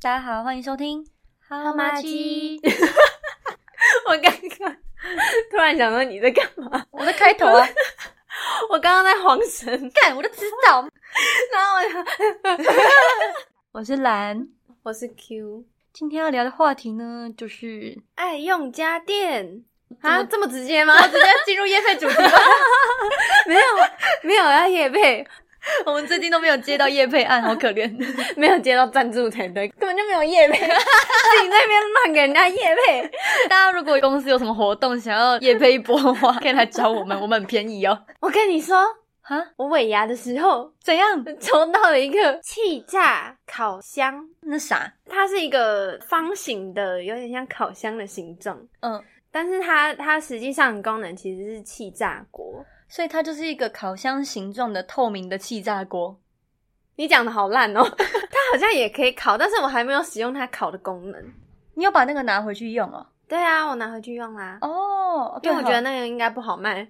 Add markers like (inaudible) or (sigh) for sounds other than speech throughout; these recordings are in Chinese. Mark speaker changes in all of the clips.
Speaker 1: 大家好，欢迎收听
Speaker 2: 好麻鸡。 (laughs)
Speaker 1: 我刚刚
Speaker 2: 突然想说你在干嘛？ (laughs)
Speaker 1: 我的开头啊，
Speaker 2: 我刚刚在晃神，
Speaker 1: 干我都知道。
Speaker 2: (laughs) 然后我想
Speaker 1: (laughs) 我是蓝，
Speaker 2: 我是 Q，
Speaker 1: 今天要聊的话题呢，就是
Speaker 2: 爱用家电
Speaker 1: 啊
Speaker 2: 啊，这么直接吗？
Speaker 1: 我直接进入夜配主题吧。
Speaker 2: (laughs) 没有没有要夜配，
Speaker 1: (laughs) 我们最近都没有接到夜配案， (laughs) 好可怜。
Speaker 2: 没有接到赞助才对，根本就没有夜配，自 (laughs) 己在那边乱给人家夜配。
Speaker 1: 大家如果公司有什么活动想要夜配一波的 (laughs) 话，可以来找我们，我们很便宜哦。
Speaker 2: 我跟你说，
Speaker 1: 啊？
Speaker 2: 我尾牙的时候
Speaker 1: 怎样？
Speaker 2: 抽到了一个气炸烤箱，
Speaker 1: 那啥？
Speaker 2: 它是一个方形的，有点像烤箱的形状。
Speaker 1: 嗯，
Speaker 2: 但是它它实际上的功能其实是气炸锅。
Speaker 1: 所以它就是一个烤箱形状的透明的气炸锅。
Speaker 2: 你讲的好烂 (laughs) 哦，它好像也可以烤，但是我还没有使用它烤的功能。
Speaker 1: 你要把那个拿回去用哦。
Speaker 2: 对啊，我拿回去用啦，
Speaker 1: 哦，
Speaker 2: 因为我觉得
Speaker 1: 那
Speaker 2: 那个应该不好卖。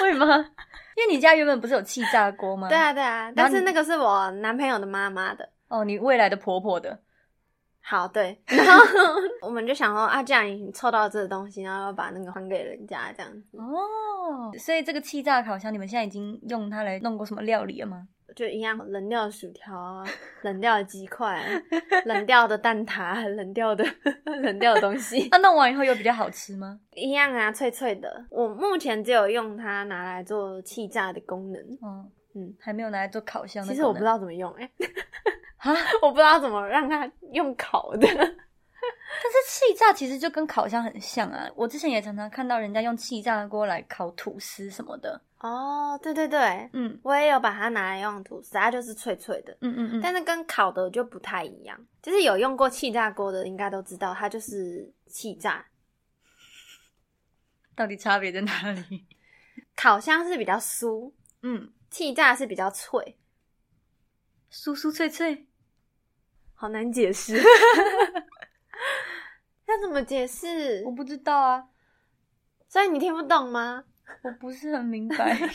Speaker 1: 会吗？ (laughs) 因为你家原本不是有气炸锅吗？
Speaker 2: 对。啊，对啊，
Speaker 1: 然后
Speaker 2: 但
Speaker 1: 你
Speaker 2: 是那个是我男朋友的妈妈的。
Speaker 1: 哦，你未来的婆婆的。
Speaker 2: (laughs) 好，对，然后我们就想说啊，既然已经凑到这个东西，然后要把那个还给人家这样子，
Speaker 1: 哦，所以这个气炸烤箱，你们现在已经用它来弄过什么料理了吗？
Speaker 2: 就一样冷掉的薯条啊，冷掉的鸡块啊，冷掉的蛋挞啊，冷掉的冷掉的
Speaker 1: (laughs)
Speaker 2: 东西，
Speaker 1: 那、啊弄完以后有比较好吃吗？
Speaker 2: 一样啊，脆脆的。我目前只有用它拿来做气炸的功能，
Speaker 1: 嗯
Speaker 2: 嗯。
Speaker 1: 还没有拿来做烤箱的
Speaker 2: 其
Speaker 1: 功能。
Speaker 2: 实我不知道怎么用、
Speaker 1: (laughs)
Speaker 2: 欸，
Speaker 1: 啊，
Speaker 2: (laughs) 我不知道怎么让它用烤
Speaker 1: (laughs)
Speaker 2: 的。
Speaker 1: 但是气炸其实就跟烤箱很像啊。我之前也常常看到人家用气炸锅来烤吐司什么的。
Speaker 2: 哦，对对对，
Speaker 1: 嗯
Speaker 2: 我也有把它拿来用吐司，它就是脆脆的，
Speaker 1: 嗯嗯嗯。
Speaker 2: 但是跟烤的就不太一样。就是有用过气炸锅的，应该都知道它就是气炸。
Speaker 1: 到底差别在哪里？
Speaker 2: 烤箱是比较酥，
Speaker 1: (laughs) 嗯，
Speaker 2: 气炸是比较脆，
Speaker 1: 酥酥脆脆。
Speaker 2: 好难解释。要怎么解释
Speaker 1: 我？不知道啊，
Speaker 2: 所以你听不懂吗？
Speaker 1: 我不是很明白。
Speaker 2: 你好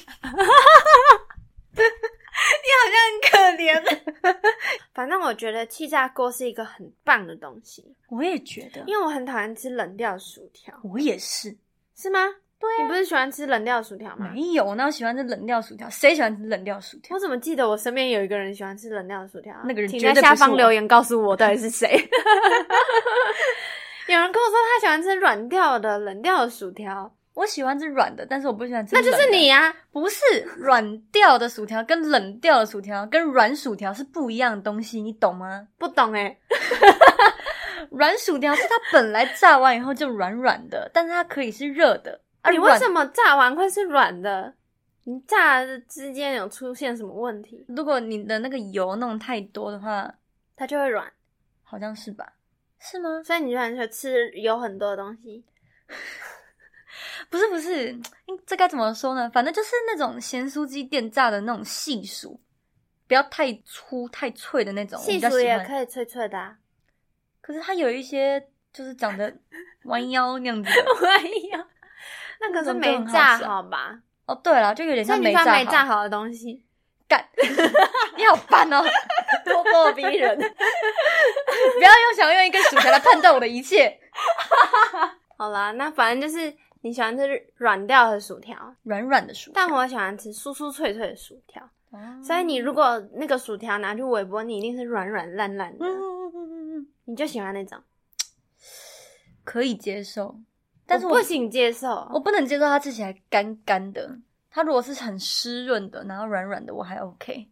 Speaker 1: (laughs)
Speaker 2: 像很可怜。反正我觉得气炸锅是一个很棒的东西，
Speaker 1: (laughs) 我也觉得，
Speaker 2: 因为我很讨厌吃冷掉的薯条。
Speaker 1: 我也是。
Speaker 2: 是吗？对、你不是喜欢吃冷掉薯条吗？
Speaker 1: 啊没有，我哪有喜欢吃冷料薯条？谁喜欢吃冷料薯条
Speaker 2: 我？怎么记得我身边有一个人喜欢吃冷掉薯条啊？
Speaker 1: 那个人
Speaker 2: 请
Speaker 1: 绝对
Speaker 2: 在
Speaker 1: 不是
Speaker 2: 下方
Speaker 1: 我
Speaker 2: 留言告诉我到底是谁。 (laughs) 有人跟我说他喜欢吃软掉的冷掉的薯条，
Speaker 1: 我喜欢吃软的，但是我不喜欢吃。
Speaker 2: 那就是你，啊呀、
Speaker 1: 不是软掉的薯条跟冷掉的薯条跟软薯条是不一样的东西，你懂吗？
Speaker 2: 不懂哎、
Speaker 1: 软薯条是它本来炸完以后就软软的，但是它可以是热的。啊，
Speaker 2: 你为什
Speaker 1: 么？
Speaker 2: 么炸完会是软的？你炸的之间有出现什么问题，
Speaker 1: 如果你的那个油弄太多的话，
Speaker 2: 它就会软。
Speaker 1: 好像是吧？是吗？
Speaker 2: 所以你就很喜欢吃有很多的东西，
Speaker 1: 不是不是，嗯这该怎么说呢？反正就是那种咸酥鸡店炸的那种细薯，不要太粗太脆的那种，我比
Speaker 2: 细
Speaker 1: 较
Speaker 2: 薯
Speaker 1: 喜
Speaker 2: 也
Speaker 1: 欢。
Speaker 2: 可以脆脆的、 (laughs) 啊。
Speaker 1: 可是它有一些就是长得弯腰那样子的。
Speaker 2: 哎呀，那可
Speaker 1: 那种
Speaker 2: 是
Speaker 1: 就
Speaker 2: 没
Speaker 1: 很好
Speaker 2: 炸
Speaker 1: 吃啊
Speaker 2: 好吧？
Speaker 1: 哦，对了，就有点
Speaker 2: 所以
Speaker 1: 像
Speaker 2: 你
Speaker 1: 没
Speaker 2: 算
Speaker 1: 炸
Speaker 2: 没
Speaker 1: 好
Speaker 2: 炸好的东西，
Speaker 1: 干， (laughs) 你好烦
Speaker 2: (laughs)
Speaker 1: 哦！
Speaker 2: 咄咄逼人。
Speaker 1: 不要用想用一根薯条来判断我的一切。
Speaker 2: (laughs) 好啦，那反正就是你喜欢吃软掉的薯条，
Speaker 1: 软软的薯条，
Speaker 2: 但我喜欢吃酥酥脆脆的薯条。
Speaker 1: 哦
Speaker 2: 所以你如果那个薯条拿去微波，你一定是软软烂烂的
Speaker 1: 嗯，嗯嗯嗯嗯
Speaker 2: 你就喜欢那种。
Speaker 1: 可以接受，但是
Speaker 2: 我
Speaker 1: 我
Speaker 2: 不行接受，
Speaker 1: 我不能接受它吃起来干干的。它如果是很湿润的，然后软软的，我还 OK。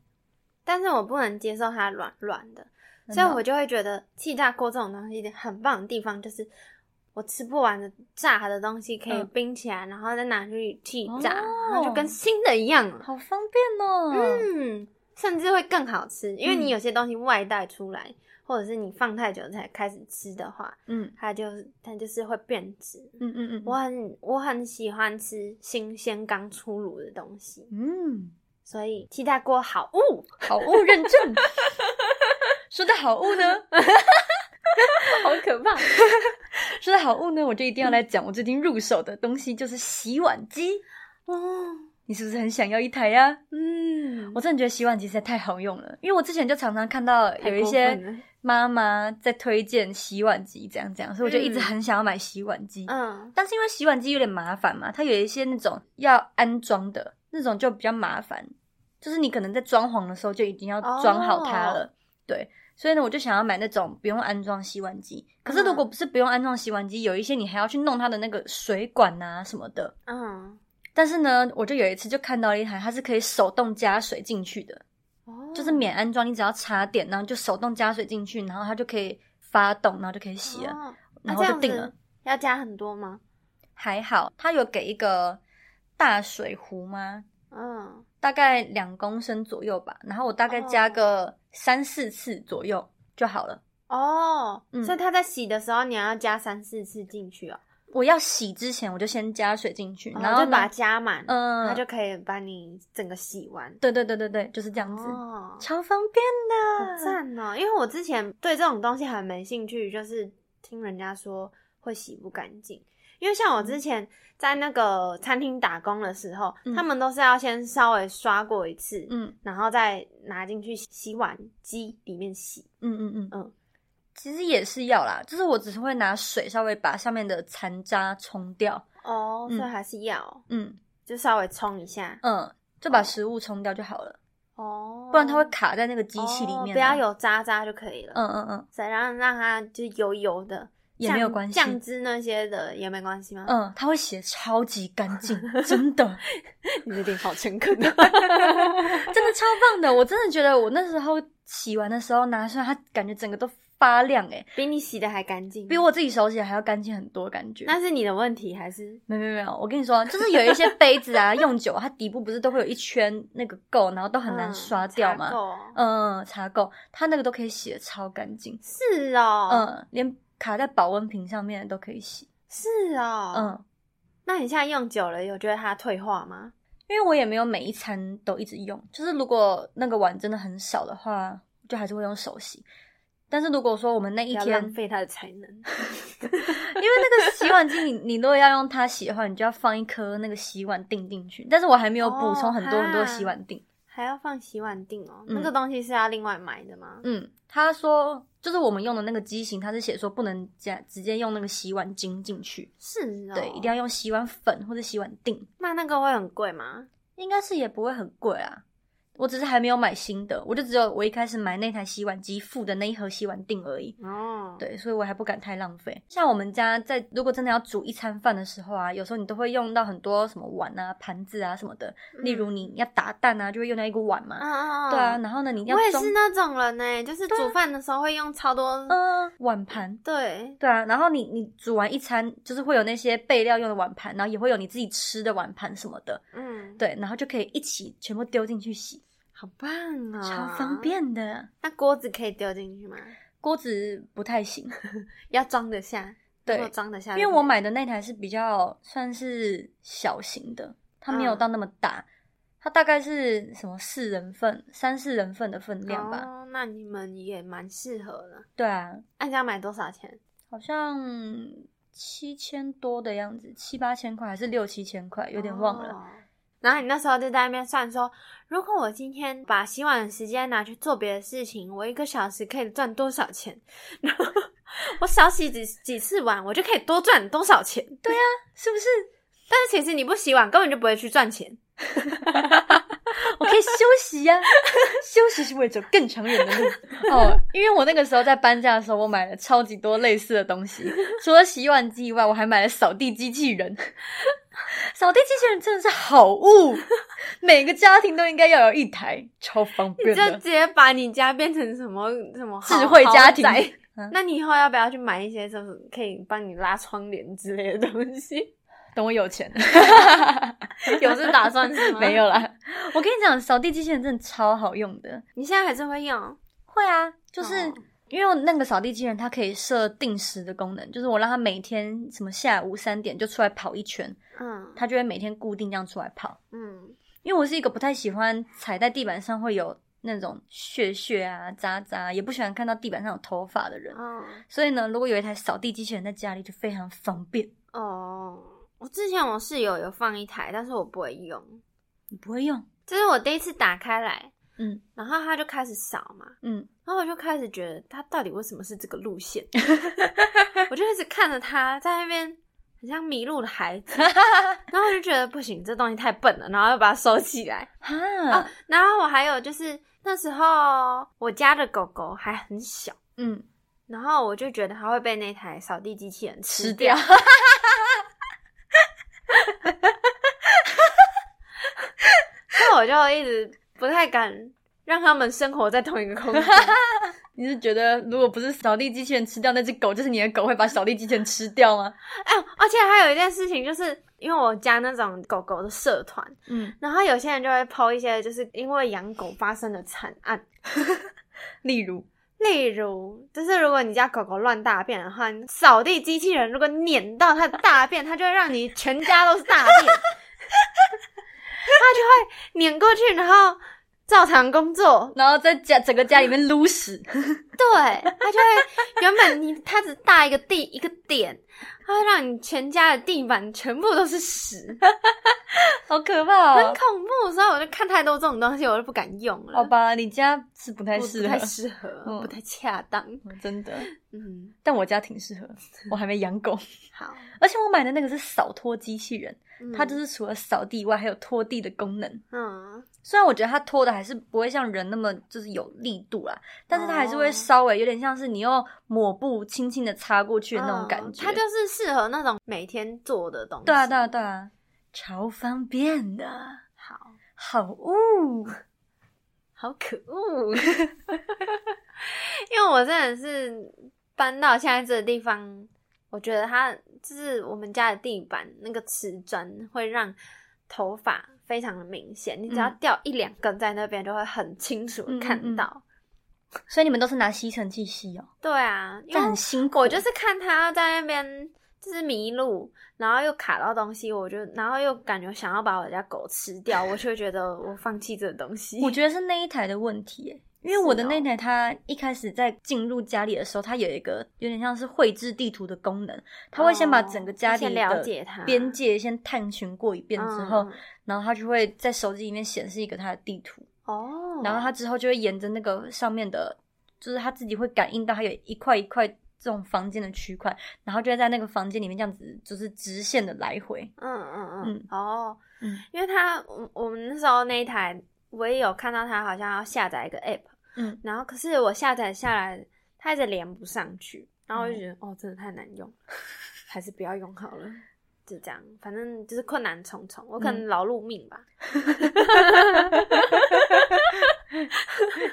Speaker 2: 但是我不能接受它软软的，
Speaker 1: 真
Speaker 2: 所
Speaker 1: 的
Speaker 2: 以我就会觉得气炸锅这种东西很棒的地方就是。我吃不完的炸的东西可以
Speaker 1: 嗯
Speaker 2: 冰起来，然后再拿去气炸，
Speaker 1: 哦
Speaker 2: 然后就跟新的一样了。
Speaker 1: 好方便哦。
Speaker 2: 嗯，甚至会更好吃，因为
Speaker 1: 嗯
Speaker 2: 你有些东西外带出来，或者是你放太久才开始吃的话，
Speaker 1: 嗯
Speaker 2: 它就是它就是会变质。
Speaker 1: 嗯嗯嗯，
Speaker 2: 我很我很喜欢吃新鲜刚出炉的东西，
Speaker 1: 嗯，
Speaker 2: 所以气炸锅好物，
Speaker 1: 好物认
Speaker 2: (laughs)
Speaker 1: 证。说到好物呢，
Speaker 2: 好可怕。
Speaker 1: (laughs) 说到好物呢，我就一定要来讲我最近入手的东西，就是洗碗机。
Speaker 2: 哦，
Speaker 1: 你是不是很想要一台呀、
Speaker 2: 嗯，
Speaker 1: 我真的觉得洗碗机实在太好用了，因为我之前就常常看到
Speaker 2: 太
Speaker 1: 有一
Speaker 2: 过
Speaker 1: 些
Speaker 2: 分了
Speaker 1: 妈妈在推荐洗碗机这样这样，所以我就一直
Speaker 2: 嗯
Speaker 1: 很想要买洗碗机。
Speaker 2: 嗯
Speaker 1: 但是因为洗碗机有点麻烦嘛，它有一些那种要安装的那种就比较麻烦，就是你可能在装潢的时候就已经要装好它
Speaker 2: 哦
Speaker 1: 了。对，所以呢，我就想要买那种不用安装洗碗机。可是如果不是不用安装洗碗机，有一些你还要去弄它的那个水管啊什么的。
Speaker 2: 嗯，
Speaker 1: 但是呢，我就有一次就看到了一台，它是可以手动加水进去的，
Speaker 2: 哦
Speaker 1: 就是免安装，你只要插电，然后就手动加水进去，然后它就可以发动，然后就可以洗了，
Speaker 2: 哦
Speaker 1: 然后
Speaker 2: 啊
Speaker 1: 就
Speaker 2: 这样
Speaker 1: 定了
Speaker 2: 子。要加很多吗？
Speaker 1: 还好，它有给一个大水壶吗？
Speaker 2: 嗯，
Speaker 1: 大概两公升左右吧，然后我大概加个三四次左右就好了。
Speaker 2: 哦，
Speaker 1: 嗯
Speaker 2: 所以它在洗的时候你要加三四次进去哦，
Speaker 1: 我要洗之前，我就先加水进去，嗯
Speaker 2: 然
Speaker 1: 然
Speaker 2: 后
Speaker 1: 后
Speaker 2: 哦就把它
Speaker 1: 呢，
Speaker 2: 加满，
Speaker 1: 嗯，
Speaker 2: 它就可以把你整个洗完。
Speaker 1: 对对对对对，就是这样子，
Speaker 2: 哦，
Speaker 1: 超方便
Speaker 2: 好
Speaker 1: 的。
Speaker 2: 赞哦！因为我之前对这种东西很没兴趣，就是听人家说会洗不干净。因为像我之前在那个餐厅打工的时候，
Speaker 1: 嗯
Speaker 2: 他们都是要先稍微刷过一次，
Speaker 1: 嗯
Speaker 2: 然后再拿进去洗碗机里面洗。
Speaker 1: 嗯嗯嗯嗯
Speaker 2: 嗯，
Speaker 1: 其实也是要啦，就是我只是会拿水稍微把上面的残渣冲掉，
Speaker 2: 哦，
Speaker 1: 嗯
Speaker 2: 所以还是要
Speaker 1: 嗯
Speaker 2: 就稍微冲一下
Speaker 1: 嗯，就把
Speaker 2: 哦
Speaker 1: 食物冲掉就好了，
Speaker 2: 哦，
Speaker 1: 不然它会卡在那个机器里
Speaker 2: 哦
Speaker 1: 面、啊
Speaker 2: 不要，有渣渣就可以了。
Speaker 1: 嗯嗯嗯，
Speaker 2: 所以让让它就油油的，
Speaker 1: 也没有
Speaker 2: 酱
Speaker 1: 关系
Speaker 2: 酱汁那些的也没关系吗？
Speaker 1: 嗯，它会写超级干净，真的，
Speaker 2: 你的脸好诚恳
Speaker 1: (laughs)
Speaker 2: 啊！
Speaker 1: 真的超棒的。我真的觉得我那时候洗完的时候拿出来，它感觉整个都发亮诶、
Speaker 2: 比你洗的还干净，
Speaker 1: 比我自己手洗还要干净很多，感觉。
Speaker 2: 那是你的问题还是？
Speaker 1: 没有没有没有，我跟你说，就是有一些杯子啊，用久它底部不是都会有一圈那个垢，然后都很难
Speaker 2: 嗯
Speaker 1: 刷掉
Speaker 2: 查
Speaker 1: 嘛。
Speaker 2: 够
Speaker 1: 嗯，茶垢，它那个都可以洗的超干净，
Speaker 2: 是哦，
Speaker 1: 嗯，连卡在保温瓶上面的都可以洗，
Speaker 2: 是哦，，
Speaker 1: 嗯。
Speaker 2: 那你现在用久了，有觉得它退化吗？
Speaker 1: 因为我也没有每一餐都一直用，就是如果那个碗真的很少的话，就还是会用手洗。但是如果说我们那一
Speaker 2: 不要
Speaker 1: 天，
Speaker 2: 浪费它的才能，
Speaker 1: 因为那个洗碗机你，你如果要用它洗的话，你就要放一颗那个洗碗锭进去。但是我还没有补充很多
Speaker 2: 哦哈
Speaker 1: 很多洗碗锭。
Speaker 2: 还要放洗碗锭哦，
Speaker 1: 嗯
Speaker 2: 那个东西是要另外买的吗？
Speaker 1: 嗯，他说就是我们用的那个机型，它是写说不能加直接用那个洗碗巾进去，
Speaker 2: 是哦，
Speaker 1: 对，一定要用洗碗粉或者洗碗锭，
Speaker 2: 那那个会很贵吗？
Speaker 1: 应该是也不会很贵啊。我只是还没有买新的，我就只有我一开始买那台洗碗机附的那一盒洗碗锭而已。
Speaker 2: 哦，，
Speaker 1: 对，所以我还不敢太浪费。像我们家在如果真的要煮一餐饭的时候啊，有时候你都会用到很多什么碗啊、盘子啊什么的。例如你要打蛋啊，就会用到一个碗嘛。
Speaker 2: 嗯嗯嗯，
Speaker 1: 对啊，，然后呢，你要
Speaker 2: 我也
Speaker 1: 装啊
Speaker 2: 是那种人呢，就是煮饭的时候会用超多，
Speaker 1: 嗯碗盘。
Speaker 2: 对，
Speaker 1: 对啊，然后你你煮完一餐，就是会有那些备料用的碗盘，然后也会有你自己吃的碗盘什么的，
Speaker 2: 嗯，，
Speaker 1: 对，然后就可以一起全部丢进去洗，
Speaker 2: 好棒啊，
Speaker 1: 超方。便的。
Speaker 2: 那锅子可以丢进去吗？
Speaker 1: 锅子不太
Speaker 2: (laughs)
Speaker 1: 行，
Speaker 2: 要装得下，
Speaker 1: 对
Speaker 2: 如果装得下就可以，
Speaker 1: 因为我买的那台是比较算是小型的，它没有到那么大，
Speaker 2: 嗯
Speaker 1: 它大概是什么四人份、三四人份的分量吧。
Speaker 2: 哦，那你们也蛮适合的。
Speaker 1: 对啊，
Speaker 2: 那你要买多少钱？
Speaker 1: 好像七千多的样子，七八千块还是六七千块，有点忘了。
Speaker 2: 哦然后你那时候就在那边算说，如果我今天把洗碗的时间拿去做别的事情，我一个小时可以赚多少钱？ (laughs) 然后我少洗几几次碗，我就可以多赚多少钱？对，
Speaker 1: 是不是？
Speaker 2: 但是其实你不洗碗，根本就不会去赚钱。
Speaker 1: 我可以休息呀、 (laughs) 休息是为了走更长远的路 (laughs) 哦。因为我那个时候在搬家的时候，我买了超级多类似的东西， (laughs) 除了洗碗机以外，我还买了扫地机器人。 (laughs) 扫地机器人真的是好物，每个家庭都应该要有一台，超方
Speaker 2: 你
Speaker 1: 便
Speaker 2: 就
Speaker 1: 的
Speaker 2: 直。接把你家变成什么什么豪
Speaker 1: 智慧家庭
Speaker 2: 豪宅
Speaker 1: 嗯
Speaker 2: 那你以后要不要去买一些就是可以帮你拉窗帘之类的东西？ (laughs)
Speaker 1: 等我有 (laughs) 钱，
Speaker 2: 有这打算是吗？
Speaker 1: (laughs) 没有啦。我跟你讲，扫地机器人真的超好用的。
Speaker 2: 你现在还是会用？
Speaker 1: 会啊，就是、
Speaker 2: 哦
Speaker 1: 因为我那个扫地机器人，它可以设定时的功能，就是我让它每天什么下午三点就出来跑一圈，
Speaker 2: 嗯
Speaker 1: 它就会每天固定这样出来跑。
Speaker 2: 嗯，
Speaker 1: 因为我是一个不太喜欢踩在地板上会有那种屑屑啊、渣渣，也不喜欢看到地板上有头发的人，
Speaker 2: 哦
Speaker 1: 所以呢，如果有一台扫地机器人在家里就非常方便。
Speaker 2: 哦，我之前我室友有放一台，但是我不会用，
Speaker 1: 你不会用，
Speaker 2: 这是我第一次打开来，
Speaker 1: 嗯
Speaker 2: 然后他就开始扫嘛，
Speaker 1: 嗯，
Speaker 2: 然后我就开始觉得他到底为什么是这个路线，我就一直看着他在那边很像迷路的孩子，然后我就觉得不行，这东西太笨了，然后又把它收起来。
Speaker 1: 哈、
Speaker 2: 哦，
Speaker 1: 啊
Speaker 2: 然后我还有就是那时候我家的狗狗还很小，
Speaker 1: 嗯，
Speaker 2: 然后我就觉得它会被那台扫地机器人吃
Speaker 1: 吃
Speaker 2: 掉，
Speaker 1: 掉。
Speaker 2: (laughs) 所以我就一直不太敢让它们生活在同一
Speaker 1: (laughs)
Speaker 2: 个空间。
Speaker 1: 你是觉得如果不是扫地机器人吃掉那只狗，就是你的狗会把扫地机器人吃掉吗？
Speaker 2: 哎，而且还有一件事情，就是因为我加那种狗狗的社团，
Speaker 1: 嗯，
Speaker 2: 然后有些人就会抛一些就是因为养狗发生的惨案，
Speaker 1: 例如，
Speaker 2: 例如就是如果你家狗狗乱大便的话，你扫地机器人如果碾到它的大便，它就会让你全家都是大便，它 (laughs) 就会碾过去，然后照常工作，
Speaker 1: 然后在家整个家里面撸屎，
Speaker 2: 对，它就会原本你它只大一个地一个点，它会让你全家的地板全部都是屎。
Speaker 1: (laughs) 好可怕
Speaker 2: 很
Speaker 1: (laughs) 哦！
Speaker 2: 恐怖，所以我就看太多这种东西，我就不敢用了。
Speaker 1: 好，吧，你家是不哦太
Speaker 2: 不
Speaker 1: 适
Speaker 2: 太
Speaker 1: 合，
Speaker 2: 适合，
Speaker 1: 嗯
Speaker 2: 不太恰当。
Speaker 1: 嗯真的。
Speaker 2: 嗯，
Speaker 1: 但我家挺适 (laughs) 合，我还没养狗，
Speaker 2: 好，
Speaker 1: 而且我买的那个是扫拖机器人，
Speaker 2: 嗯
Speaker 1: 它就是除了扫地以外，还有拖地的功能。
Speaker 2: 嗯，
Speaker 1: 虽然我觉得它拖的还是不会像人那么就是有力度啦，但是它还是
Speaker 2: 哦
Speaker 1: 会稍微有点像是你用抹布轻轻的擦过去的那种感
Speaker 2: 嗯
Speaker 1: 觉。
Speaker 2: 它就是适合那种每天做的东西。
Speaker 1: 哦对啊对啊对啊，超方便的，
Speaker 2: 好，
Speaker 1: 好物。
Speaker 2: 好可恶， (laughs) 因为我真的是搬到现在这个地方，我觉得它就是我们家的地板那个瓷砖会让头发非常的明显，你只要
Speaker 1: 嗯
Speaker 2: 掉一两根在那边就会很清楚地
Speaker 1: 嗯嗯
Speaker 2: 看
Speaker 1: 嗯
Speaker 2: 到。
Speaker 1: (laughs) 所以你们都是拿吸尘器吸哦，
Speaker 2: 对啊，因
Speaker 1: 这
Speaker 2: 为
Speaker 1: 很辛苦。
Speaker 2: 我就是看他在那边就是迷路，然后又卡到东西，我就然后又感觉想要把我家狗吃掉，我就觉得我放弃这个东西。
Speaker 1: 我觉得是那一台的问题耶，因为
Speaker 2: 是
Speaker 1: 我的
Speaker 2: 哦
Speaker 1: 那台它一开始在进入家里的时候，它有一个有点像是绘制地图的功能，它会先把整个家里
Speaker 2: 哦先了解
Speaker 1: 的
Speaker 2: 它
Speaker 1: 边界先探寻过一遍之后，
Speaker 2: 嗯
Speaker 1: 然后它就会在手机里面显示一个它的地图，
Speaker 2: 哦，
Speaker 1: 然后它之后就会沿着那个上面的，就是它自己会感应到它有一块一块。这种房间的区块，然后就会在那个房间里面这样子，就是直线的来回。
Speaker 2: 嗯嗯嗯
Speaker 1: 嗯
Speaker 2: 哦，
Speaker 1: 嗯
Speaker 2: 因为他我我们那时候那一台我也有看到他好像要下载一个 app，
Speaker 1: 嗯，
Speaker 2: 然后可是我下载下来，它一直连不上去，然后我
Speaker 1: 嗯
Speaker 2: 就觉得、哦，真的太难用，还是不要用好了。 (laughs) 就这样，反正就是困难重重，我
Speaker 1: 嗯
Speaker 2: 可能劳碌命吧。 (laughs)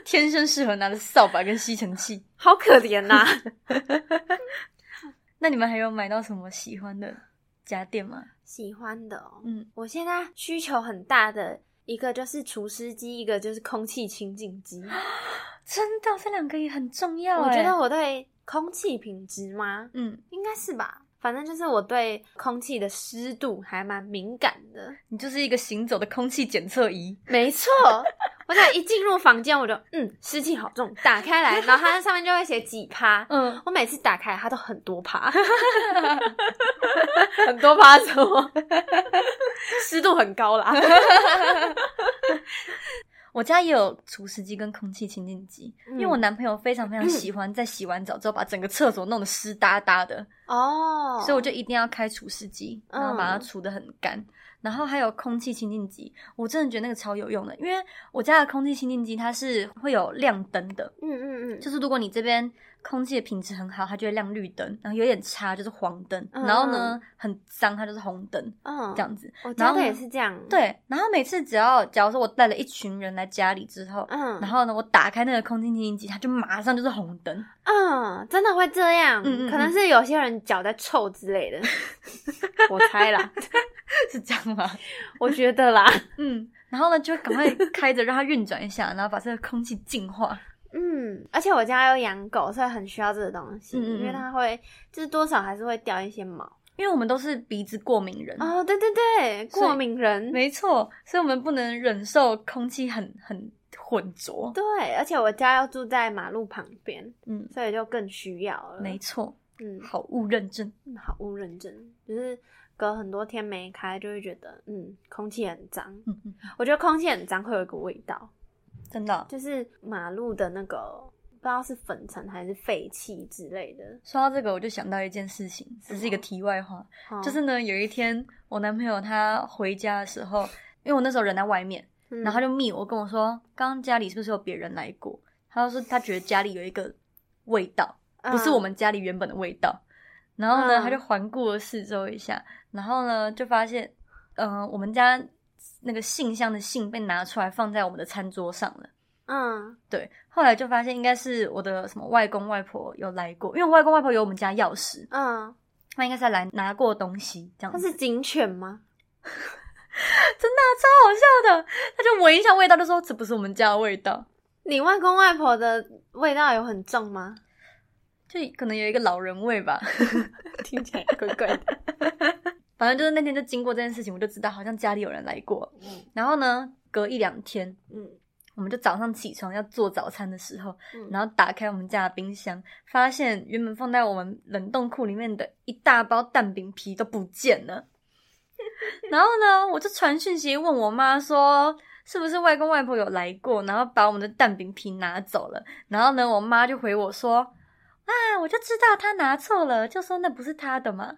Speaker 1: 天生适合拿着扫把跟吸尘器。
Speaker 2: 好可怜啊呐、
Speaker 1: 那你们还有买到什么喜欢的家电吗？
Speaker 2: 喜欢的哦，
Speaker 1: 嗯，
Speaker 2: 我现在需求很大的一个就是除湿机，一个就是空气清净机。
Speaker 1: 真的，这两个也很重要
Speaker 2: 我
Speaker 1: 哎
Speaker 2: 觉得，我对空气品质吗？
Speaker 1: 嗯，
Speaker 2: 应该是吧，反正就是我对空气的湿度还蛮敏感的。
Speaker 1: 你就是一个行走的空气检测仪，
Speaker 2: 没 (laughs) 错，我想一进入房间我就嗯，湿气好重，打开来，然后它上面就会写几趴。
Speaker 1: 嗯，
Speaker 2: 我每次打开它都很多趴， (laughs) 很多趴什 (laughs) 么？湿度很高啦。
Speaker 1: 我家也有除湿机跟空气清净机，
Speaker 2: 嗯
Speaker 1: 因为我男朋友非常非常喜欢在洗完澡之后把整个厕所弄得湿哒哒的，
Speaker 2: 哦，
Speaker 1: 所以我就一定要开除湿机，
Speaker 2: 嗯
Speaker 1: 然后把它除得很干。然后还有空气清净机，我真的觉得那个超有用的，因为我家的空气清净机它是会有亮灯的，
Speaker 2: 嗯嗯嗯，
Speaker 1: 就是如果你这边空气的品质很好，它就会亮绿灯，然后有点差就是黄灯，
Speaker 2: 嗯
Speaker 1: 然后呢很脏它就是红灯
Speaker 2: 嗯
Speaker 1: 这，样子。
Speaker 2: 我
Speaker 1: 然
Speaker 2: 家
Speaker 1: 后
Speaker 2: 的
Speaker 1: 呢
Speaker 2: 也是这样。，
Speaker 1: 对，然后每次只要假如说我带了一群人来家里之后，
Speaker 2: 嗯，
Speaker 1: 然后呢我打开那个空气清新机，它就马上就是红灯， (laughs)
Speaker 2: 嗯，真的会这样，
Speaker 1: 嗯嗯嗯
Speaker 2: 可能是有些人脚在臭之类
Speaker 1: (laughs)
Speaker 2: 的，我猜啦，
Speaker 1: 是这样吗？
Speaker 2: (laughs) 我觉得啦，
Speaker 1: 嗯，然后呢就赶快开着让它运转一下， (laughs) 然后把这个空气净化。
Speaker 2: 嗯，而且我家有养狗，所以很需要这个东西，
Speaker 1: 嗯嗯嗯
Speaker 2: 因为它会就是多少还是会掉一些毛。
Speaker 1: 因为我们都是鼻子过敏人。
Speaker 2: 哦，对对对，
Speaker 1: 嗯所以
Speaker 2: 过敏人，
Speaker 1: 没错，所以我们不能忍受空气很很浑浊。
Speaker 2: 对，而且我家又住在马路旁边，
Speaker 1: 嗯，
Speaker 2: 所以就更需要了。
Speaker 1: 没错，
Speaker 2: 嗯，
Speaker 1: 好物认证。
Speaker 2: 嗯好不认真，就是隔很多天没开，就会觉得嗯，空气很脏。
Speaker 1: 嗯嗯。
Speaker 2: 我觉得空气很脏会有一个味道，
Speaker 1: 真的。
Speaker 2: 就是马路的那个不知道是粉尘还是废气之类的，
Speaker 1: 说到这个，我就想到一件事情，只是一个题外话，
Speaker 2: 哦
Speaker 1: 就是呢，有一天我男朋友他回家的时候，因为我那时候人在外面，
Speaker 2: 嗯
Speaker 1: 然后他就密我跟我说，刚刚家里是不是有别人来过？他就说他觉得家里有一个味道，不是我们家里原本的味道。然后呢，
Speaker 2: 嗯
Speaker 1: 他就环顾了四周一下，然后呢就发现，嗯、我们家那个信箱的信被拿出来放在我们的餐桌上了。
Speaker 2: 嗯
Speaker 1: 对，后来就发现应该是我的什么外公外婆有来过，因为我外公外婆有我们家钥匙，
Speaker 2: 嗯，
Speaker 1: 他应该是来拿过东西这样
Speaker 2: 它
Speaker 1: 子。
Speaker 2: 是警犬吗？
Speaker 1: 超好笑的，他就闻一下味道，就说这不是我们家的味道，
Speaker 2: 你外公外婆的味道有很重吗？
Speaker 1: 就可能有一个老人味吧。
Speaker 2: (laughs) 听起来怪怪的。
Speaker 1: 反正就是那天就经过这件事情，我就知道好像家里有人来过。
Speaker 2: 嗯
Speaker 1: 然后呢，隔一两天，
Speaker 2: 嗯
Speaker 1: 我们就早上起床要做早餐的时候，
Speaker 2: 嗯，
Speaker 1: 然后打开我们家的冰箱，发现原本放在我们冷冻库里面的一大包蛋饼皮都不见了。然后呢，我就传讯息问我妈说，是不是外公外婆有来过，然后把我们的蛋饼皮拿走了。然后呢，我妈就回我说，啊，我就知道她拿错了，就说那不是她的嘛。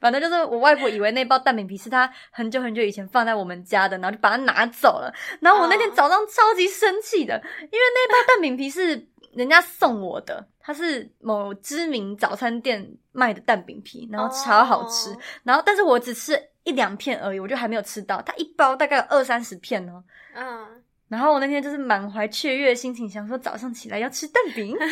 Speaker 1: 反正就是我外婆以为那包蛋饼皮是她很久很久以前放在我们家的，然后就把它拿走了。然后我那天
Speaker 2: 哦
Speaker 1: 早上超级生气的，因为那包蛋饼皮是人家送我的，它是某知名早餐店卖的蛋饼皮，然后超好吃。
Speaker 2: 哦
Speaker 1: 然后但是我只吃一两片而已，我就还没有吃到。它一包大概有二三十片哦。
Speaker 2: 嗯，
Speaker 1: 然后我那天就是满怀雀跃的心情，想说早上起来要吃蛋饼，我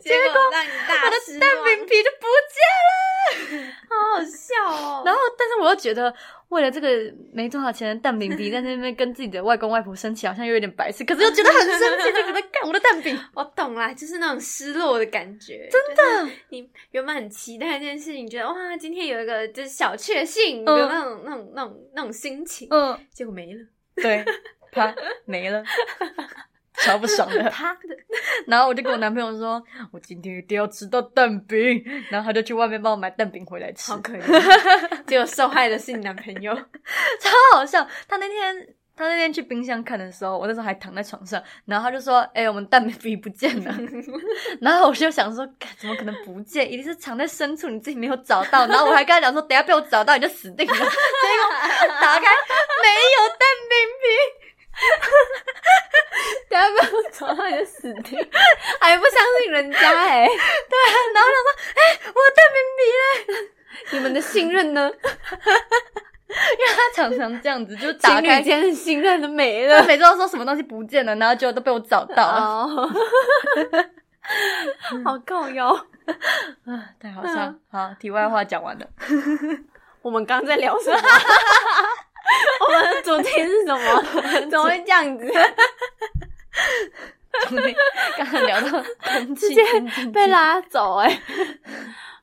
Speaker 2: 结果让你大
Speaker 1: 的蛋饼皮就不见
Speaker 2: 好好笑哦
Speaker 1: 了。。然后但是我又觉得为了这个没多少钱的蛋饼皮，在那边跟自己的外公外婆生气，好像又有点白痴，可是又觉得很生气，就觉得干我的蛋饼。
Speaker 2: 我懂啦，就是那种失落的感觉。真
Speaker 1: 嗯
Speaker 2: 的，你原本很期待这件事情，觉得哇，今天有一个就是小确幸，
Speaker 1: 嗯
Speaker 2: 有那种那种那种那种心情，
Speaker 1: 嗯，
Speaker 2: 结果没了。
Speaker 1: (laughs) 对，啪没了，超不爽的。
Speaker 2: 啪的，
Speaker 1: (laughs) 然后我就跟我男朋友说，我今天一定要吃到蛋饼，然后他就去外面帮我买蛋饼回来吃，
Speaker 2: 好可 (laughs) 怜。啊结果受害的是你男朋友。
Speaker 1: 超好笑。他那天他那天去冰箱看的时候，我那时候还躺在床上，然后他就说，哎、我们蛋饼不见 (laughs) 了。
Speaker 2: (laughs)
Speaker 1: 然后我就想说，干怎么可能不见？一定是藏在深处，你自己没有找到。然后我还跟他讲说，等一下被我找到你就死定了。结果打开没有蛋饼
Speaker 2: 等下被我找到你就死定，还不相信人家哎、
Speaker 1: 皮，然后他说，哎、我的蛋饼皮嘞。
Speaker 2: 你们的信任 (laughs) 呢？
Speaker 1: 啊他常常这样子，就打
Speaker 2: 情侣
Speaker 1: 开，
Speaker 2: 间的信任都没
Speaker 1: 他
Speaker 2: 了。
Speaker 1: 每次都说什么东西不见了，然后结果都被我找到了，
Speaker 2: (laughs) 哦，好够哟！
Speaker 1: 啊太好笑了。好，题外话讲完了，
Speaker 2: 我们刚刚在聊什 (laughs) 么？我们的主题是什么？怎么会这样
Speaker 1: (laughs)
Speaker 2: 子？
Speaker 1: 刚刚聊到空气
Speaker 2: 直接
Speaker 1: 清净剂
Speaker 2: 被，拉走哎、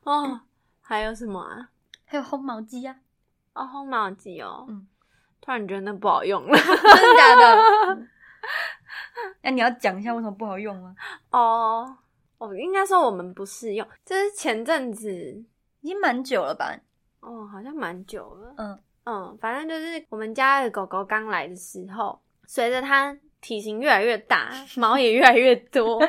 Speaker 2: 哦，还有什么啊？
Speaker 1: 还有烘毛机呀，
Speaker 2: 哦，烘毛机哦。
Speaker 1: 嗯
Speaker 2: 突然觉得那不好用了。
Speaker 1: (laughs)
Speaker 2: (laughs)
Speaker 1: 真的假的？ (laughs) 那你要讲一下为什么不好用吗？
Speaker 2: 哦，我应该说我们不适用。这是前阵子
Speaker 1: 已经蛮久了吧？
Speaker 2: 哦，好像蛮久了。
Speaker 1: 嗯
Speaker 2: 嗯，反正就是我们家的狗狗刚来的时候，随着它体型越来越
Speaker 1: (laughs)
Speaker 2: 大，毛也越来越多，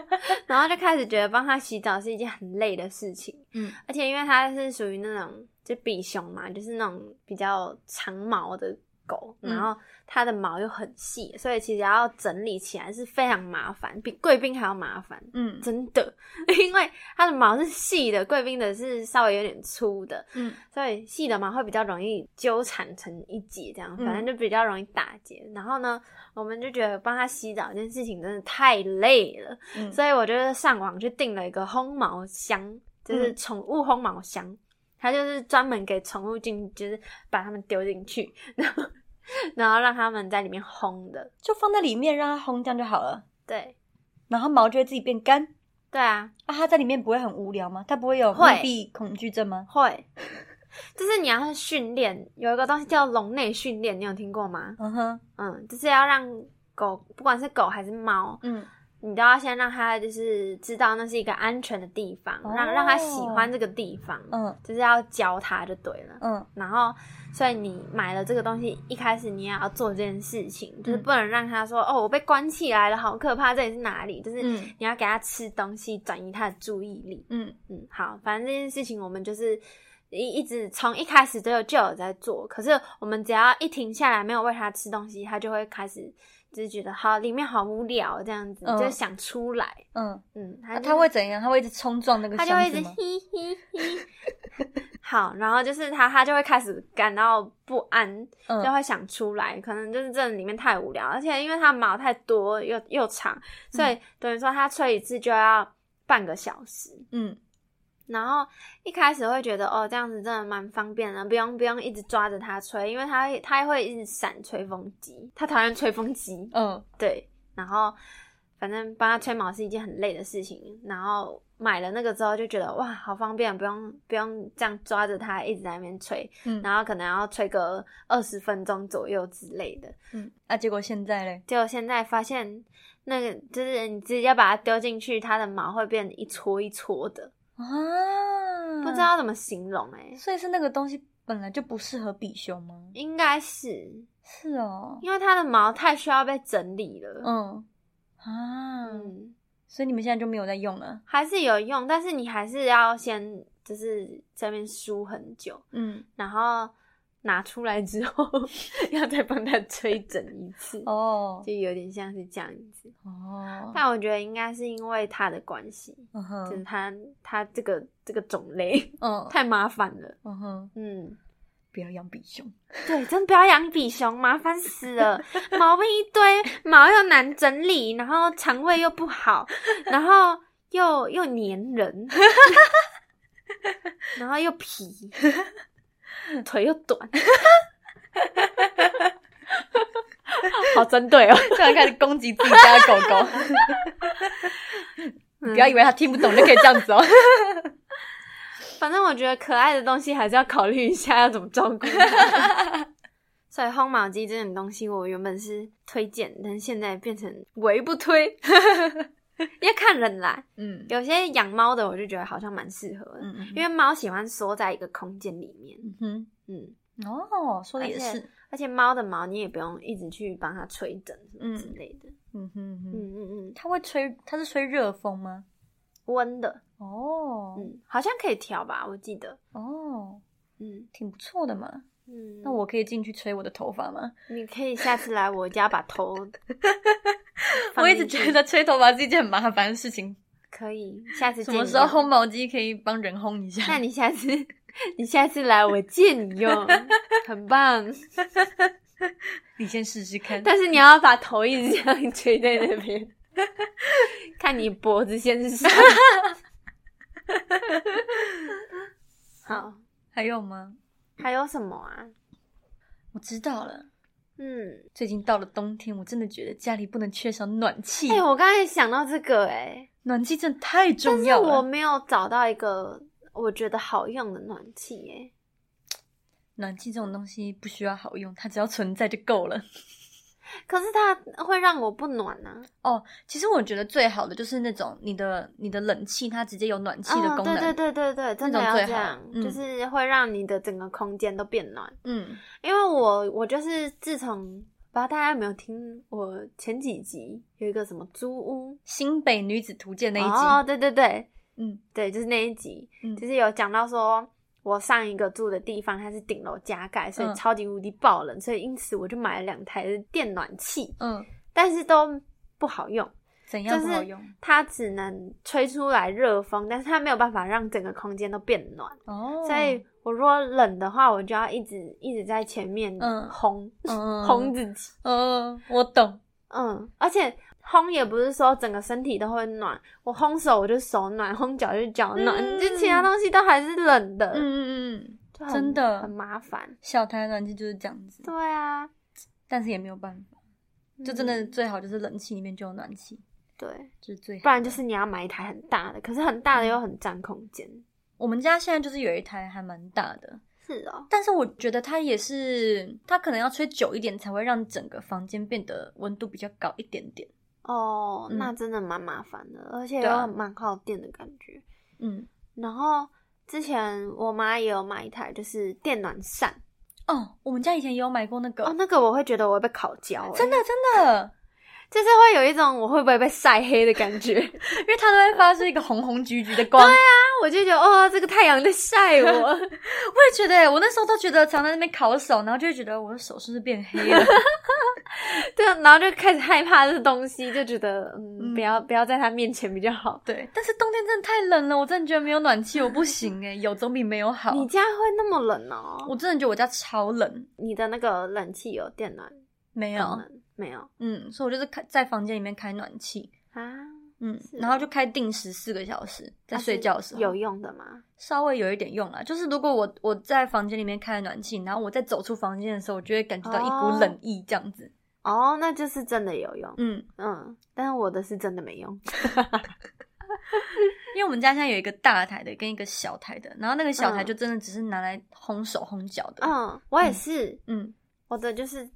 Speaker 2: 然后就开始觉得帮它洗澡是一件很累的事情。
Speaker 1: 嗯，
Speaker 2: 而且因为它是属于那种就比熊嘛，就是那种比较长毛的狗，
Speaker 1: 嗯
Speaker 2: 然后它的毛又很细，所以其实要整理起来是非常麻烦，比贵宾还要麻烦。
Speaker 1: 嗯
Speaker 2: 真的， (laughs) 因为它的毛是细的，贵宾的是稍微有点粗的，
Speaker 1: 嗯
Speaker 2: 所以细的毛会比较容易纠缠成一结，这样
Speaker 1: 嗯
Speaker 2: 反正就比较容易打结。然后呢，我们就觉得帮它洗澡这件事情真的太累了，
Speaker 1: 嗯，
Speaker 2: 所以我就是上网去订了一个烘毛箱，就是
Speaker 1: 嗯
Speaker 2: 宠物烘毛箱，它就是专门给宠物进，就是把它们丢进去， (laughs) 然后然后让它们在里面烘的。
Speaker 1: 就放在里面让它烘这样就好了，
Speaker 2: 对，
Speaker 1: 然后毛就会自己变干。
Speaker 2: 对啊，
Speaker 1: 啊，它在里面不会很无聊吗？它不会有
Speaker 2: 会
Speaker 1: 密闭恐惧症吗？
Speaker 2: 会。就是你要去训练，有一个东西叫笼内训练，你有听过吗？
Speaker 1: 嗯哼，
Speaker 2: 嗯，就是要让狗，不管是狗还是猫，
Speaker 1: 嗯
Speaker 2: 你都要先让他就是知道那是一个安全的地方，
Speaker 1: 哦
Speaker 2: 让让他喜欢这个地方，
Speaker 1: 嗯
Speaker 2: 就是要教他就对了。
Speaker 1: 嗯
Speaker 2: 然后，所以你买了这个东西，一开始你也要做这件事情，
Speaker 1: 嗯
Speaker 2: 就是不能让他说、哦，我被关起来了，好可怕，这里是哪里？就是
Speaker 1: 嗯
Speaker 2: 你要给他吃东西，转移他的注意力。
Speaker 1: 嗯，
Speaker 2: 嗯，好，反正这件事情我们就是一一直从一开始都有就有在做，可是我们只要一停下来，没有喂他吃东西，他就会开始就是觉得好里面好无聊这样子，
Speaker 1: 嗯
Speaker 2: 就想出来。
Speaker 1: 嗯，
Speaker 2: 嗯，他
Speaker 1: 那
Speaker 2: 就
Speaker 1: 他会怎样？他会一直冲撞那个
Speaker 2: 他
Speaker 1: 箱
Speaker 2: 就会一
Speaker 1: 子
Speaker 2: 直
Speaker 1: 吗？
Speaker 2: 嘿嘿嘿。 (laughs) 好，然后就是他，他就会开始感到不安，就
Speaker 1: 嗯
Speaker 2: 会想出来，可能就是这里面太无聊，而且因为它毛太多又又长，所
Speaker 1: 嗯
Speaker 2: 以等于说它吹一次就要半个小时。
Speaker 1: 嗯
Speaker 2: 然后一开始会觉得哦，这样子真的蛮方便的，不用不用一直抓着它吹，因为它它会一直闪吹风机，它讨厌吹风机，
Speaker 1: 嗯
Speaker 2: 对。然后反正帮它吹毛是一件很累的事情。然后买了那个之后就觉得哇，好方便，不用不用这样抓着它一直在那边吹，
Speaker 1: 嗯
Speaker 2: 然后可能要吹个二十分钟左右之类的。
Speaker 1: 嗯，啊，结果现在嘞，
Speaker 2: 结果现在发现那个就是你直接把它丢进去，它的毛会变一撮一撮的，
Speaker 1: 啊，
Speaker 2: 不知，道怎么形容哎、
Speaker 1: 所以是那个东西本来就不适合比熊吗？
Speaker 2: 应该是
Speaker 1: 是哦，
Speaker 2: 因为它的毛太需要被整理了。
Speaker 1: 嗯啊，
Speaker 2: 嗯，
Speaker 1: 所以你们现在就没有在用了，
Speaker 2: 还是有用，但是你还是要先就是这边梳很久，
Speaker 1: 嗯，
Speaker 2: 然后拿出来之后 (laughs) 要再帮它吹整一次，
Speaker 1: 哦
Speaker 2: 就有点像是这样子。
Speaker 1: 哦，
Speaker 2: 但我觉得应该是因为它的关系，
Speaker 1: 嗯
Speaker 2: 就是
Speaker 1: 哼，
Speaker 2: 它它这个这个种类 (laughs)
Speaker 1: 嗯
Speaker 2: 太麻烦了。
Speaker 1: 嗯哼，
Speaker 2: 嗯，
Speaker 1: 不要养比
Speaker 2: (laughs)
Speaker 1: 熊，
Speaker 2: 对，真不要养比熊，麻烦死了， (laughs) 毛病一堆，毛又难整理，然后肠胃又不好，然后又又粘 (laughs) 人，然后又皮，腿又 (laughs) 短，好针对 (laughs) 哦，
Speaker 1: 突然开始攻击自己家的狗狗，不
Speaker 2: 嗯
Speaker 1: 要以为它听不懂就可以这样子
Speaker 2: (laughs)
Speaker 1: 哦。
Speaker 2: 反正我觉得可爱的东西还是要考虑一下 (laughs) 要怎么照顾它。 (laughs) 所以烘毛机这种东西，我原本是推荐，但现在变成唯不推， (laughs) 要看人啦。
Speaker 1: 嗯
Speaker 2: 有些养猫的，我就觉得好像蛮适合的，
Speaker 1: 嗯嗯，
Speaker 2: 因为猫喜欢缩在一个空间里面。
Speaker 1: 嗯哼，
Speaker 2: 嗯，
Speaker 1: 哦，说的也
Speaker 2: 而且
Speaker 1: 是，
Speaker 2: 而且猫的毛你也不用一直去帮它吹整什么之类的。
Speaker 1: 嗯哼嗯
Speaker 2: 嗯
Speaker 1: 哼，
Speaker 2: 嗯嗯，
Speaker 1: 它会吹，它是吹热风吗？
Speaker 2: 温、的，
Speaker 1: 哦
Speaker 2: 嗯，好像可以调吧，我记得。
Speaker 1: 哦，
Speaker 2: 嗯
Speaker 1: 挺不错的嘛。
Speaker 2: 嗯，
Speaker 1: 那我可以进去吹我的头发吗？。
Speaker 2: 你可以下次来 (laughs) 我家把头
Speaker 1: (laughs)
Speaker 2: 放
Speaker 1: 我一直
Speaker 2: 进去
Speaker 1: 觉得吹头发是一件很麻烦的事情，
Speaker 2: 可以，下次
Speaker 1: 什
Speaker 2: 见
Speaker 1: 么
Speaker 2: 你
Speaker 1: 时候烘
Speaker 2: 用
Speaker 1: 毛机可以帮人烘一下？
Speaker 2: 那你下次，你下次来我借你 (laughs) 用，很棒。
Speaker 1: (laughs) 你先试试看。
Speaker 2: 但是你要把头一直这样垂在那边， (laughs) 看你脖子先是啥。好，
Speaker 1: 还有吗？
Speaker 2: 还有什么啊？
Speaker 1: 我知道了。
Speaker 2: 嗯，
Speaker 1: 最近到了冬天，我真的觉得家里不能缺少暖气，
Speaker 2: 哎、我刚才想到这个、哎，
Speaker 1: 暖气真的太重
Speaker 2: 但是
Speaker 1: 要
Speaker 2: 我
Speaker 1: 了。
Speaker 2: 没有找到一个我觉得好用的暖气、哎。
Speaker 1: 暖气这种东西不需要好用，它只要存在就够了。
Speaker 2: 可是它会让我不暖啊呢、
Speaker 1: 哦，其实我觉得最好的就是那种你的你的冷气它直接有暖气的功能，
Speaker 2: 哦、对对对对对，真的
Speaker 1: 种
Speaker 2: 要
Speaker 1: 最
Speaker 2: 这
Speaker 1: 好
Speaker 2: 样，
Speaker 1: 嗯
Speaker 2: 就是会让你的整个空间都变暖。
Speaker 1: 嗯
Speaker 2: 因为我我就是自从不知道大家有没有听我前几集有一个什么租屋
Speaker 1: 新北女子图鉴那一集，
Speaker 2: 哦，对对对
Speaker 1: 嗯
Speaker 2: 对，就是那一集，
Speaker 1: 嗯
Speaker 2: 就是有讲到说。我上一个住的地方它是顶楼加盖，所以
Speaker 1: 嗯
Speaker 2: 超级无敌爆冷，所以因此我就买了两台的电暖器，
Speaker 1: 嗯，
Speaker 2: 但是都不好用。
Speaker 1: 怎样
Speaker 2: 就
Speaker 1: 不
Speaker 2: 是
Speaker 1: 好用？
Speaker 2: 它只能吹出来热风，但是它没有办法让整个空间都变暖。
Speaker 1: 哦，
Speaker 2: 所以我如果冷的话，我就要一直一直在前面
Speaker 1: 嗯
Speaker 2: 烘、 (laughs)
Speaker 1: 嗯
Speaker 2: 烘自己。
Speaker 1: 嗯，我懂，
Speaker 2: 嗯，而且烘也不是说整个身体都会暖，我烘手我就手暖，烘脚就脚暖，
Speaker 1: 嗯
Speaker 2: 就其他东西都还是冷的，
Speaker 1: 嗯嗯嗯，
Speaker 2: 就很
Speaker 1: 真的
Speaker 2: 很麻烦。
Speaker 1: 小台暖气就是这样子，
Speaker 2: 对啊，
Speaker 1: 但是也没有办法，就真的
Speaker 2: 嗯
Speaker 1: 最好就是冷气里面就有暖气，
Speaker 2: 对，
Speaker 1: 这、是最好
Speaker 2: 不。然就是你要买一台很大的，可是很大的又很占空间。
Speaker 1: 我们家现在就是有一台还蛮大的，
Speaker 2: 是哦，
Speaker 1: 但是我觉得它也是，它可能要吹久一点才会让整个房间变得温度比较高一点点。
Speaker 2: 哦，
Speaker 1: 嗯
Speaker 2: 那真的蛮麻烦的，而且
Speaker 1: 对啊
Speaker 2: 又蛮耗电的感觉。
Speaker 1: 嗯，
Speaker 2: 然后之前我妈也有买一台，就是电暖扇
Speaker 1: 哦，我们家以前也有买过那个，
Speaker 2: 哦，那个我会觉得我会被烤焦、欸，
Speaker 1: 真的，真的，
Speaker 2: 就是会有一种我会不会被晒黑的感
Speaker 1: (laughs)
Speaker 2: 觉。
Speaker 1: 因为它都会发出一个红红橘橘的光。对啊，
Speaker 2: 我就觉得哦，这个太阳在晒我， (laughs)
Speaker 1: 我也觉得，我那时候都觉得常在那边烤手，然后就会觉得我的手是不是变黑了？
Speaker 2: 对啊，然后就开始害怕这东西，就觉得嗯，
Speaker 1: 嗯
Speaker 2: 不要不要在它面前比较好。
Speaker 1: 对，但是冬天真的太冷了，我真的觉得没有暖气我不行哎、有总比没有好。
Speaker 2: 你家会那么冷哦？
Speaker 1: 我真的觉得我家超冷，
Speaker 2: 你的那个冷气有电暖
Speaker 1: 没
Speaker 2: 没
Speaker 1: 有，
Speaker 2: 没有
Speaker 1: 嗯，所以我就是开在房间里面开暖气，
Speaker 2: 啊？
Speaker 1: 嗯，
Speaker 2: 是哦啊
Speaker 1: 然后就开定时四个小时，在
Speaker 2: 它是
Speaker 1: 睡觉的时候
Speaker 2: 有用的吗？
Speaker 1: 稍微有一点用啦。就是如果我我在房间里面开了暖气，然后我再走出房间的时候，我就会感觉到一
Speaker 2: 哦
Speaker 1: 股冷意这样子。
Speaker 2: 哦，那就是真的有用。
Speaker 1: 嗯，
Speaker 2: 嗯，但是我的是真的没用。
Speaker 1: 因为我们家现在有一个大台的跟一个小台的，然后那个小台
Speaker 2: 嗯
Speaker 1: 就真的只是拿来烘手烘脚的。
Speaker 2: 嗯，我也是，
Speaker 1: 嗯
Speaker 2: 我的就是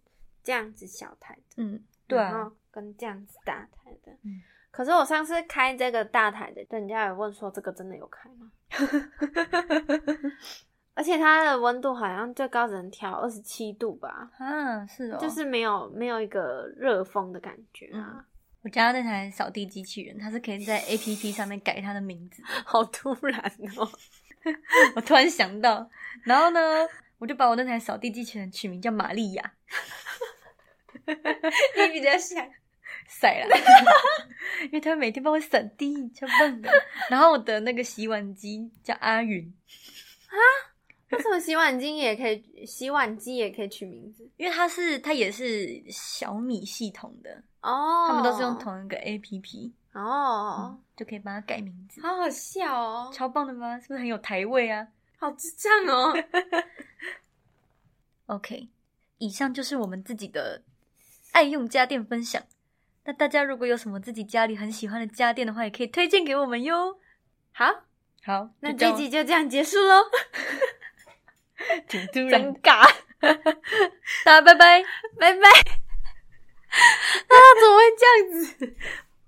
Speaker 2: 这样子小台的，
Speaker 1: 嗯，对
Speaker 2: 然
Speaker 1: 啊，
Speaker 2: 后跟这样子大台的。
Speaker 1: 嗯
Speaker 2: 可是我上次开这个大台的，人家也问说这个真的有开吗？ (laughs) 而且它的温度好像最高只能调二十七度吧，
Speaker 1: 啊是哦，
Speaker 2: 嗯就是没有没有一个热风的感觉啊，
Speaker 1: 我家那台扫地机器人，它是可以在 A P P 上面改它的名字的。
Speaker 2: 好突然哦。
Speaker 1: 我突然想到，然后呢，我就把我那台扫地机器人取名叫玛利亚，嗯 (laughs)
Speaker 2: 你比较想
Speaker 1: 晒啦， (laughs) 因为它每天帮我扫地，超棒的。然后我的那个洗碗机叫阿云，
Speaker 2: (laughs) 为什么洗碗机也可以，洗碗机也可以取名字
Speaker 1: 因为它是它也是小米系统的，
Speaker 2: 哦？
Speaker 1: 他们都是用同一个 A P P，、
Speaker 2: 哦
Speaker 1: 嗯，、就可以帮它改名字，
Speaker 2: 好好笑哦，
Speaker 1: 超棒的吗？是不是很有台味啊
Speaker 2: 好智障哦。
Speaker 1: ？OK，以上就是我们自己的爱用家电分享。那大家如果有什么自己家里很喜欢的家电的话，也可以推荐给我们哟。
Speaker 2: 好，
Speaker 1: 好，
Speaker 2: 那
Speaker 1: 就这
Speaker 2: 这
Speaker 1: 样
Speaker 2: 集就这样结束喽，
Speaker 1: 挺突然
Speaker 2: 真
Speaker 1: 的，
Speaker 2: (laughs) 尬，
Speaker 1: 大家拜拜。
Speaker 2: 拜拜。啊，怎么会这样子？